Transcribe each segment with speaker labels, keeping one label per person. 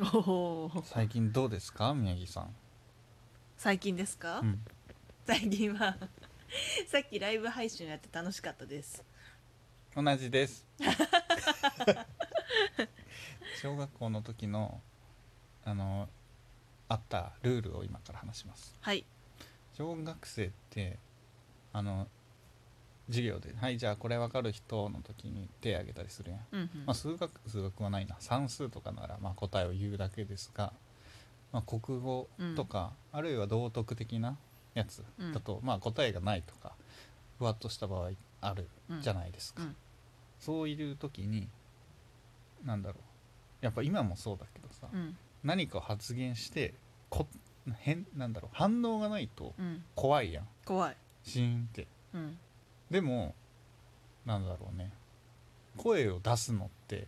Speaker 1: おー
Speaker 2: 最近どうですか宮城さん、
Speaker 1: 最近ですか、
Speaker 2: うん、
Speaker 1: 最近は さっきライブ配信やって楽しかったです
Speaker 2: 同じです 小学校の時のあのあったルールを今から話します
Speaker 1: はい
Speaker 2: 小学生ってあの授業で「はいじゃあこれ分かる人」の時に手挙げたりするやん、
Speaker 1: うんうん
Speaker 2: まあ、数学数学はないな算数とかならまあ答えを言うだけですが、まあ、国語とか、あるいは道徳的なやつ
Speaker 1: うん
Speaker 2: だと、まあ答えがないとかふわっとした場合あるじゃないですか、
Speaker 1: うんうん
Speaker 2: そういう時になんだろうやっぱ今もそうだけどさ、
Speaker 1: うん
Speaker 2: 何かを発言してこ変なんだろう反応がないと
Speaker 1: うん
Speaker 2: 怖いやん
Speaker 1: 怖い
Speaker 2: シーンって
Speaker 1: うん
Speaker 2: でもなんだろうね声を出すのって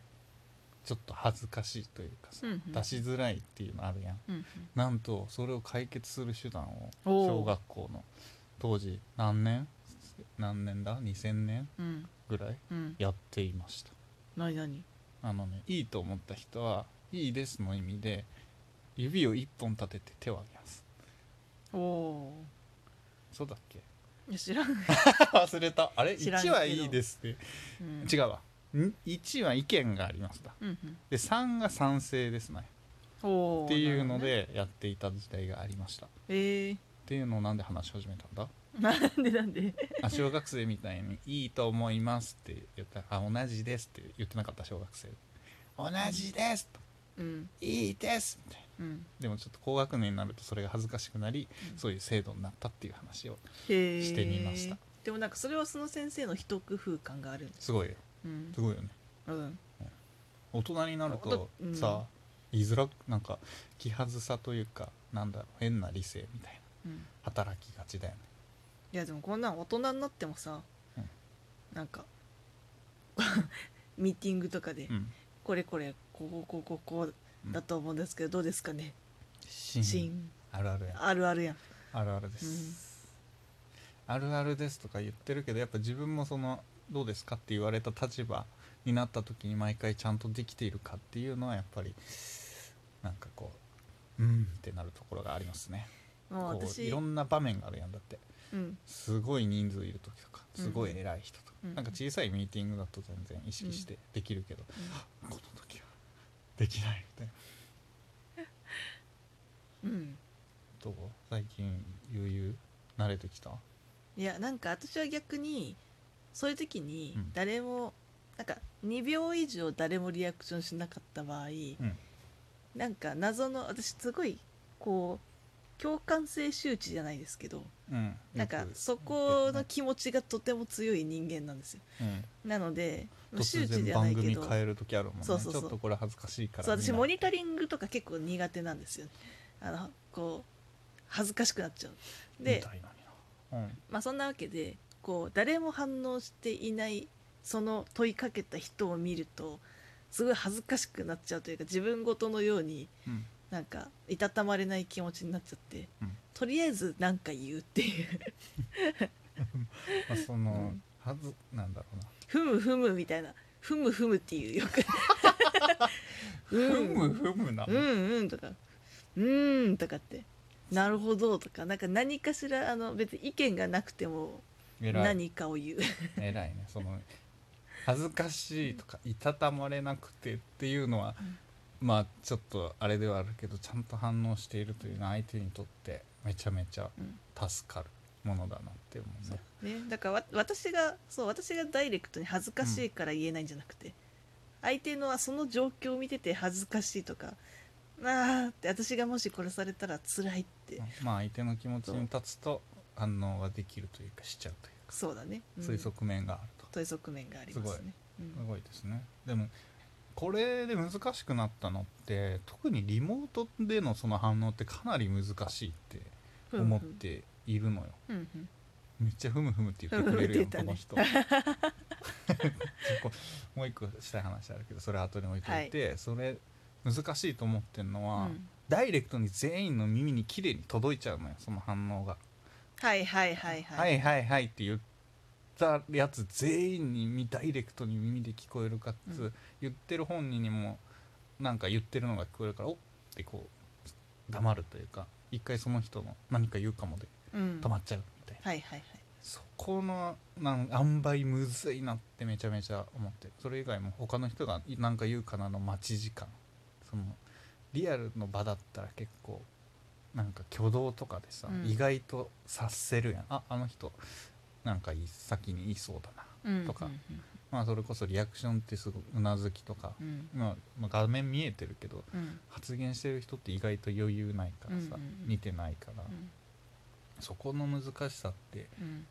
Speaker 2: ちょっと恥ずかしいというかさ、
Speaker 1: うんうん
Speaker 2: 出しづらいっていうのあるやん
Speaker 1: うん
Speaker 2: なんとそれを解決する手段を
Speaker 1: おー
Speaker 2: 小学校の当時何年何年だ2000年
Speaker 1: うん
Speaker 2: ぐらい
Speaker 1: うん
Speaker 2: やっていました
Speaker 1: 何何
Speaker 2: あのねいいと思った人は「いいです」の意味で指を一本立てて手を挙げます
Speaker 1: おお
Speaker 2: そうだっけ
Speaker 1: ーいや知らん、
Speaker 2: 忘れたあれ
Speaker 1: 知らんけ
Speaker 2: 1
Speaker 1: ど
Speaker 2: はいいですって
Speaker 1: うん、
Speaker 2: 違うわん1は意見がありました
Speaker 1: うんうん
Speaker 2: で3が賛成ですね
Speaker 1: おー
Speaker 2: っていう
Speaker 1: な
Speaker 2: の
Speaker 1: る
Speaker 2: でやっていた時代がありましたっ
Speaker 1: ほどね
Speaker 2: ていうのをなんで話し始めたん だ
Speaker 1: えー、なんでなんで
Speaker 2: あ小学生みたいに「いいと思います」って言ったら「あ同じです」って言ってなかった小学生同じですと
Speaker 1: うん
Speaker 2: いいですみたいな
Speaker 1: うん
Speaker 2: でもちょっと高学年になるとそれが恥ずかしくなり、
Speaker 1: うん
Speaker 2: そういう制度になったっていう話を
Speaker 1: へえ
Speaker 2: してみました
Speaker 1: でもなんかそれはその先生の一工夫感がある
Speaker 2: すごいよ
Speaker 1: うん
Speaker 2: すごいよね
Speaker 1: うん
Speaker 2: 大人になると
Speaker 1: おだ
Speaker 2: さ、言いづらくなんか気はずさというかなんだろう変な理性みたいな
Speaker 1: うん
Speaker 2: 働きがちだよね
Speaker 1: いやでもこんなん大人になってもさ、
Speaker 2: うん
Speaker 1: なんか ミーティングとかで、
Speaker 2: うん
Speaker 1: これこれこうこうこうこうだと思うんですけど、どうですかね、
Speaker 2: シ
Speaker 1: シ
Speaker 2: ー
Speaker 1: ー
Speaker 2: ン
Speaker 1: ン
Speaker 2: あるあるやん
Speaker 1: あるあるやん
Speaker 2: あるあるです、あるあるですとか言ってるけどやっぱ自分もそのどうですかって言われた立場になった時に毎回ちゃんとできているかっていうのはやっぱりなんかこううんってなるところがありますね
Speaker 1: もう
Speaker 2: こうい
Speaker 1: 私
Speaker 2: ろんな場面があるやんだって
Speaker 1: うん
Speaker 2: すごい人数いる時とか
Speaker 1: うん
Speaker 2: すごい偉い人とか、
Speaker 1: うん
Speaker 2: なんか小さいミーティングだと全然意識してできるけど、この時はできないみたいな
Speaker 1: うん
Speaker 2: どう最近悠々慣れてきた
Speaker 1: いやなんか私は逆にそういう時に
Speaker 2: うん
Speaker 1: 誰も、なんか2秒以上誰もリアクションしなかった場合、
Speaker 2: ん
Speaker 1: なんか謎の私すごいこう共感性周知じゃないですけど
Speaker 2: うん
Speaker 1: なんかそこの気持ちがとても強い人間なんですよ
Speaker 2: うん
Speaker 1: なので周知
Speaker 2: 突然
Speaker 1: じゃな
Speaker 2: 番
Speaker 1: いけ
Speaker 2: 組
Speaker 1: ど
Speaker 2: 変える時あるもんね
Speaker 1: そうそうそう
Speaker 2: ちょっとこれ恥ずかしいから
Speaker 1: そう私モ
Speaker 2: リ
Speaker 1: ニタリングとか結構苦手なんですよねあのこう恥ずかしくなっちゃうで、
Speaker 2: うん
Speaker 1: まあ、そんなわけでこう誰も反応していないその問いかけた人を見るとすごい恥ずかしくなっちゃうというか自分ごとのように
Speaker 2: うん
Speaker 1: なんかいたたまれない気持ちになっちゃって、
Speaker 2: うん
Speaker 1: とりあえず何か言うっていう
Speaker 2: まあ、その、
Speaker 1: うん
Speaker 2: はずなんだろ
Speaker 1: ふむふむみたいなふむふむっていうよく
Speaker 2: うな、
Speaker 1: う
Speaker 2: ふむ
Speaker 1: ん
Speaker 2: ふむな、
Speaker 1: うんうんとかうーんとかってなるほどとかなんか何かしらあの別に意見がなくても
Speaker 2: 偉い
Speaker 1: 何かを言う
Speaker 2: 偉いねその恥ずかしいとかいたたまれなくてっていうのは、まあちょっとあれではあるけどちゃんと反応しているというのは相手にとってめちゃめちゃ助かるものだなって思うね、
Speaker 1: ね、だからわ私がそう私がダイレクトに恥ずかしいから言えないんじゃなくて、相手のはその状況を見てて恥ずかしいとかあーって私がもし殺されたら辛いって、
Speaker 2: まあ相手の気持ちに立つと反応ができるというかしちゃうというか、
Speaker 1: そうだね、うん、
Speaker 2: そういう側面があると。
Speaker 1: という側面がありますね
Speaker 2: すごいですねでもこれで難しくなったのって特にリモートでのその反応ってかなり難しいって
Speaker 1: うん
Speaker 2: 思っているのよ、
Speaker 1: うんうんうん
Speaker 2: めっちゃふむふむって言ってくれるよ、
Speaker 1: ふ
Speaker 2: こ
Speaker 1: む
Speaker 2: の
Speaker 1: ふ
Speaker 2: 人ちょっ ともう一個したい話あるけどそれは後に置いといて、それ難しいと思ってるのは、
Speaker 1: うん
Speaker 2: ダイレクトに全員の耳に綺麗に届いちゃうのよその反応が、
Speaker 1: はいはいはいはい、
Speaker 2: はいはいはいって言ったやつ全員にみダイレクトに耳で聞こえるかつ、
Speaker 1: うん
Speaker 2: 言ってる本人にもなんか言ってるのが聞こえるからおっってこう黙るというか一回その人の何か言うかもで
Speaker 1: うん
Speaker 2: 止まっちゃうみたいな、
Speaker 1: はいはいはい
Speaker 2: そこのなん塩梅むずいなってめちゃめちゃ思ってるそれ以外も他の人が何か言うかなの待ち時間そのリアルの場だったら結構なんか挙動とかでさ、
Speaker 1: うん
Speaker 2: 意外と察せるやんああの人なんかいい先に言いそうだな
Speaker 1: うん
Speaker 2: とか
Speaker 1: うん
Speaker 2: まあそれこそリアクションってすごいうなずきとか、
Speaker 1: うん
Speaker 2: まあ、まあ画面見えてるけど
Speaker 1: うん
Speaker 2: 発言してる人って意外と余裕ないからさ、
Speaker 1: うんうんうん
Speaker 2: 見てないから、
Speaker 1: うん
Speaker 2: そこの難しさって
Speaker 1: うん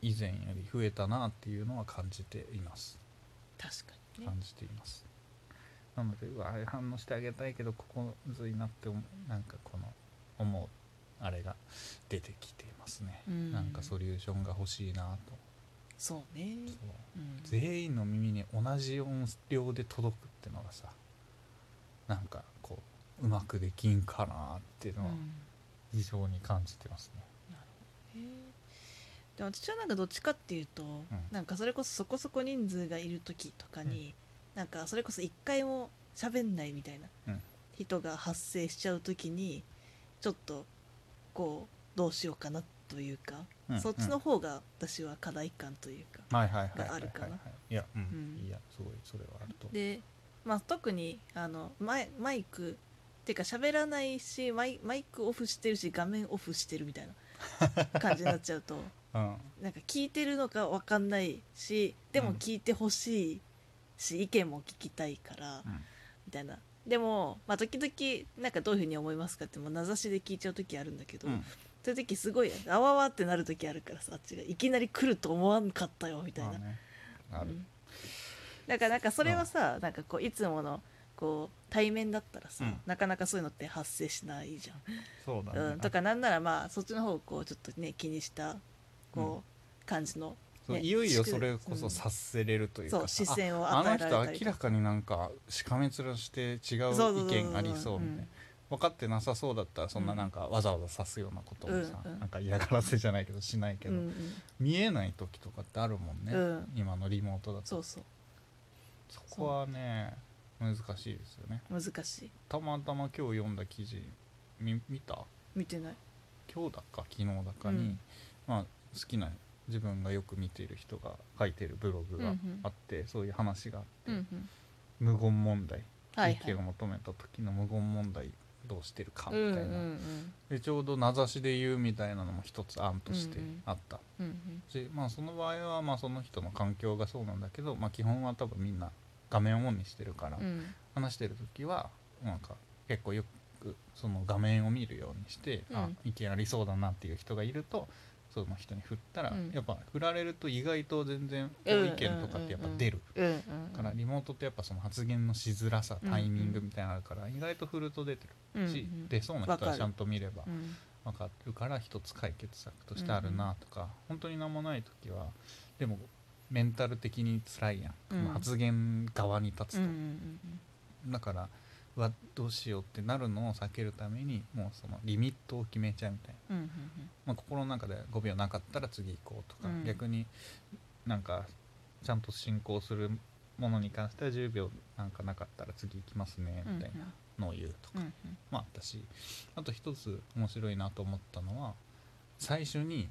Speaker 2: 以前より増えたなっていうのは感じています
Speaker 1: 確かにね
Speaker 2: 感じていますなのでうわ反応してあげたいけどここむずいなって思うなんかこの思うあれが出てきていますね、
Speaker 1: うん
Speaker 2: なんかソリューションが欲しいなと
Speaker 1: そうね
Speaker 2: そ
Speaker 1: う
Speaker 2: う
Speaker 1: ん
Speaker 2: 全員の耳に同じ音量で届くってのがさなんかこううまくできんかなっていうのは
Speaker 1: うん
Speaker 2: 非常に感じてますね、
Speaker 1: へえでも私はなんかどっちかっていうと、なんかそれこそそこそこ人数がいる時とかに、なんかそれこそ一回も喋んないみたいな
Speaker 2: うん
Speaker 1: 人が発生しちゃう時にちょっとこうどうしようかなというか、
Speaker 2: うん
Speaker 1: そっちの方が私は課題感というか。
Speaker 2: はいはいはいはい
Speaker 1: があるかな
Speaker 2: はいはいいや、うん
Speaker 1: うん
Speaker 2: いやすごいそれはあると
Speaker 1: で、まあ、特にあのマイマイクっていうか喋らないしマイマイクオフしてるし画面オフしてるみたい な感じになっちゃうと。
Speaker 2: うん
Speaker 1: なんか聞いてるのか分かんないしでも聞いてほしいし、意見も聞きたいから、
Speaker 2: うん
Speaker 1: みたいなでも、まあ、時々なんかどういうふうに思いますかってもう名指しで聞いちゃう時あるんだけど、
Speaker 2: うん
Speaker 1: そういう時すごいあわわってなる時あるからさあっちがいきなり来ると思わんかったよみたいな、
Speaker 2: まあねある
Speaker 1: うんだからなんかそれはさ、なんかこういつものこう対面だったらさ、
Speaker 2: うん
Speaker 1: なかなかそういうのって発生しないじゃん。
Speaker 2: そうだね、
Speaker 1: うん、とかなんならまあそっちの方をこうちょっとね気にしたこう、感じの、
Speaker 2: そう
Speaker 1: ね
Speaker 2: いよいよ
Speaker 1: 仕
Speaker 2: そ
Speaker 1: 組み
Speaker 2: れこ
Speaker 1: う
Speaker 2: そ
Speaker 1: ん
Speaker 2: 察せれるというかさ、
Speaker 1: そう視線を
Speaker 2: あ
Speaker 1: 与
Speaker 2: あ
Speaker 1: えられたり
Speaker 2: の人明らかになんかしかめ面して違う
Speaker 1: そうそうそう
Speaker 2: 意見ありそうみたいな
Speaker 1: うん
Speaker 2: 分かってなさそうだったらそんななんかわざわざ指すようなことをさ、
Speaker 1: うんうん
Speaker 2: なんか嫌がらせじゃないけどしないけど、
Speaker 1: うんうん
Speaker 2: 見えない時とかってあるもんね、
Speaker 1: うん
Speaker 2: 今のリモートだと
Speaker 1: そうそう
Speaker 2: そこはね難しいですよね
Speaker 1: 難しい
Speaker 2: たまたま今日読んだ記事み見た
Speaker 1: 見てない
Speaker 2: 今日だか昨日だかに、
Speaker 1: うん
Speaker 2: まあ、好きな自分がよく見ている人が書いてるブログがあって、そういう話があっ
Speaker 1: う
Speaker 2: て、
Speaker 1: んうん
Speaker 2: 無言問題、
Speaker 1: はい
Speaker 2: 意
Speaker 1: はい
Speaker 2: 見を求めた時の無言問題どうしてるかみ
Speaker 1: うんうん
Speaker 2: たいな、でちょうど名指しで言うみたいなのも一つ案として
Speaker 1: うんうん
Speaker 2: あった、
Speaker 1: うんうん
Speaker 2: し、まあ、その場合はまあその人の環境がそうなんだけど、まあ、基本は多分みんな画面をオンにしてるから、
Speaker 1: うん
Speaker 2: 話してる時はなんか結構よくその画面を見るようにして、
Speaker 1: うん
Speaker 2: あ意見ありそうだなっていう人がいるとその人に振ったら、
Speaker 1: うん
Speaker 2: やっぱ振られると意外と全然こう
Speaker 1: うん
Speaker 2: 意見とかってやっぱ出る、
Speaker 1: うんうん
Speaker 2: からリモートってやっぱその発言のしづらさ
Speaker 1: うん
Speaker 2: タイミングみたいなのあるから、意外と振ると出て
Speaker 1: うんうん
Speaker 2: るし、出そうな人はちゃんと見れば
Speaker 1: うん
Speaker 2: 分かるから一つ解決策としてあるなとか、本当に何もない時はでもメンタル的に辛いやん、
Speaker 1: うん
Speaker 2: まあ発言側に立つと
Speaker 1: うんう。ん
Speaker 2: だからうわどうしようってなるのを避けるためにもうそのリミットを決めちゃうみたいな、
Speaker 1: うんうん
Speaker 2: まあ、心の中で5秒なかったら次行こうとか、
Speaker 1: うん
Speaker 2: 逆になんかちゃんと進行するものに関しては10秒なんかなかったら次行きますね
Speaker 1: うんうん
Speaker 2: みたいなのを言うとか、
Speaker 1: うんうん
Speaker 2: まああったしあと一つ面白いなと思ったのは最初に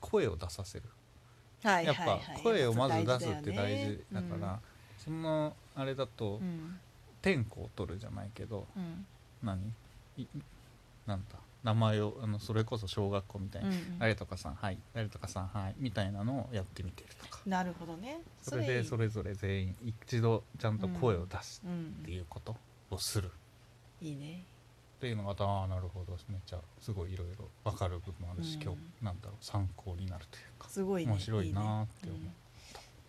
Speaker 2: 声を出させる
Speaker 1: はい
Speaker 2: や
Speaker 1: は
Speaker 2: っ
Speaker 1: いは
Speaker 2: ぱ
Speaker 1: い
Speaker 2: 声をまず出す
Speaker 1: や
Speaker 2: っ
Speaker 1: ぱ
Speaker 2: て大事だ
Speaker 1: よね
Speaker 2: から、そのあれだと、
Speaker 1: うんうん
Speaker 2: 天候を取るじゃないけど
Speaker 1: うん
Speaker 2: 何いなんだ名前をあのそれこそ小学校みたいに、
Speaker 1: うん
Speaker 2: 誰とかさんはい誰とかさんはいみたいなのをやってみてるとか
Speaker 1: なるほどね
Speaker 2: それでそれぞれ全員一度ちゃんと声を出す
Speaker 1: いいうん
Speaker 2: っていうことをするっ
Speaker 1: いいね
Speaker 2: ていうのがああなるほどめっちゃすごいいろいろ分かる部分もあるし、
Speaker 1: うん
Speaker 2: 今日なんだろう参考になるというか
Speaker 1: すごいね
Speaker 2: 面白いなーって思
Speaker 1: い
Speaker 2: う
Speaker 1: いね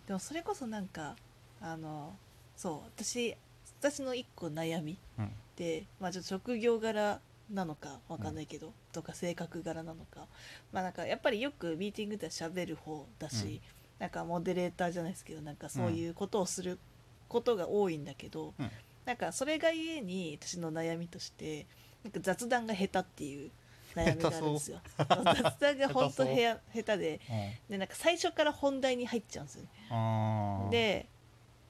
Speaker 1: うんでもそれこそなんかあのそう私私の一個悩み
Speaker 2: うん
Speaker 1: で、まあ、ちょっと職業柄なのかわかんないけど、とか性格柄なのか,、まあ、なんかやっぱりよくミーティングでは喋る方だし、
Speaker 2: うん
Speaker 1: なんかモデレーターじゃないですけどなんかそういうことをすることが多いんだけど、
Speaker 2: うん
Speaker 1: なんかそれがゆえに私の悩みとしてなんか雑談が下手っていう悩みがあるんですよ。 雑談が本当
Speaker 2: 下手そう
Speaker 1: へや下手で
Speaker 2: うん
Speaker 1: でなんか最初から本題に入っちゃうんですよね。
Speaker 2: あー
Speaker 1: で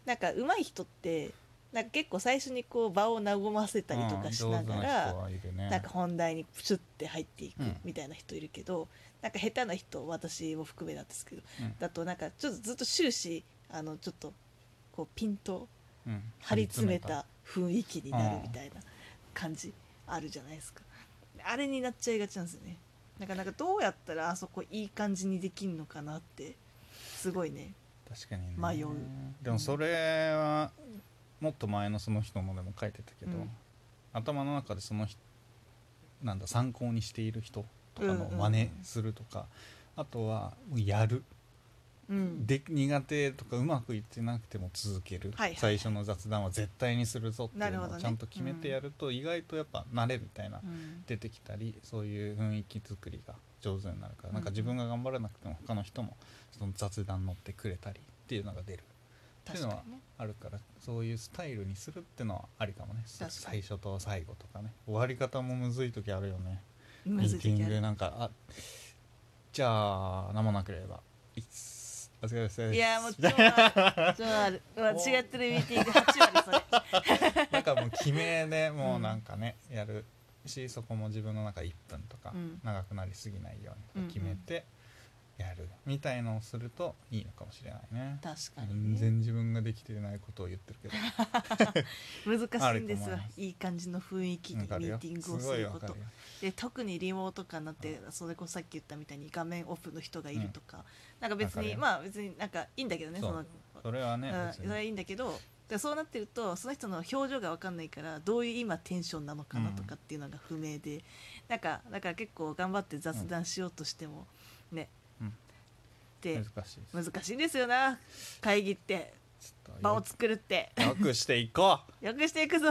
Speaker 1: なんか上手い人ってなんか結構最初にこう場を和ませたりとかしながら、
Speaker 2: うん上手な人はいるね
Speaker 1: なんか本題にプシュって入っていく
Speaker 2: うん
Speaker 1: みたいな人いるけど、なんか下手な人私も含めなんですけど、
Speaker 2: うん
Speaker 1: だとなんかちょっとずっと終始あのちょっとこうピンと
Speaker 2: うん
Speaker 1: 張り詰めた雰囲気になるみたいな感じあるじゃないですかあれになっちゃいがちなんですよねなかなかどうやったらあそこいい感じにできるのかなってすごいね
Speaker 2: 確かにね
Speaker 1: 迷う
Speaker 2: でもそれはもっと前のその人のでも書いてたけど、
Speaker 1: うん
Speaker 2: 頭の中でその人なんだ参考にしている人とかの
Speaker 1: うんうん
Speaker 2: 真似するとか、あとはもうやる
Speaker 1: うん
Speaker 2: で苦手とかうまくいってなくても続ける、
Speaker 1: はいはい
Speaker 2: 最初の雑談は絶対にするぞっていう
Speaker 1: なる
Speaker 2: の
Speaker 1: ほ
Speaker 2: を
Speaker 1: どね
Speaker 2: ちゃんと決めてやると意外とやっぱ慣れみたい
Speaker 1: う
Speaker 2: な、
Speaker 1: ん
Speaker 2: 出てきたりそういう雰囲気作りが上手になるから、
Speaker 1: うん
Speaker 2: なんか自分が頑張らなくても他の人もその雑談乗ってくれたりっていうのが出るっていう
Speaker 1: 確
Speaker 2: の
Speaker 1: か
Speaker 2: は
Speaker 1: にね
Speaker 2: あるからそういうスタイルにするってのはありかもね
Speaker 1: かに
Speaker 2: 最初と最後とかね終わり方もむずい時あるよね
Speaker 1: む
Speaker 2: ミ
Speaker 1: ず
Speaker 2: ー
Speaker 1: い
Speaker 2: ティ
Speaker 1: 時あ
Speaker 2: ング
Speaker 1: る
Speaker 2: なんかあじゃあ何もなければいっすお疲れ様です
Speaker 1: いやもう超ある超あるうわ
Speaker 2: お
Speaker 1: 違ってるミーティング8割それ
Speaker 2: なんかもう決めでもうなんかね、やるしそこも自分の中1分とか
Speaker 1: うん
Speaker 2: 長くなりすぎないよう
Speaker 1: うんう
Speaker 2: に
Speaker 1: ん
Speaker 2: 決めてやるみたいのをするといいのかもしれないね。
Speaker 1: 確かに、
Speaker 2: 全
Speaker 1: ね、
Speaker 2: 然自分ができてないことを言ってる けど
Speaker 1: 難しいんです
Speaker 2: あると思い
Speaker 1: わ
Speaker 2: ます
Speaker 1: いい感じの雰囲気にミ
Speaker 2: わかる
Speaker 1: ー
Speaker 2: よ
Speaker 1: ティング
Speaker 2: す
Speaker 1: をす
Speaker 2: ごい
Speaker 1: る
Speaker 2: わ
Speaker 1: こ
Speaker 2: かる
Speaker 1: と
Speaker 2: よ
Speaker 1: で特にリモートかなって、それこそさっき言ったみたいに画面オフの人がいるとか、なんか別
Speaker 2: わかる
Speaker 1: に
Speaker 2: よ
Speaker 1: まあ別になんかいいんだけどね
Speaker 2: そ
Speaker 1: そうの
Speaker 2: それはね
Speaker 1: うん、
Speaker 2: 別
Speaker 1: そ
Speaker 2: に
Speaker 1: れはいいんだけどでそうなってるとその人の表情が分かんないからどういう今テンションなのかなとかっていうのが不明で、なんかだから結構頑張って雑談しようとしてもね、
Speaker 2: うん
Speaker 1: で
Speaker 2: 難しいです
Speaker 1: 難しいんですよな会議って
Speaker 2: ちょっと
Speaker 1: 場を作るって
Speaker 2: よくしていこう
Speaker 1: よくしていくぞ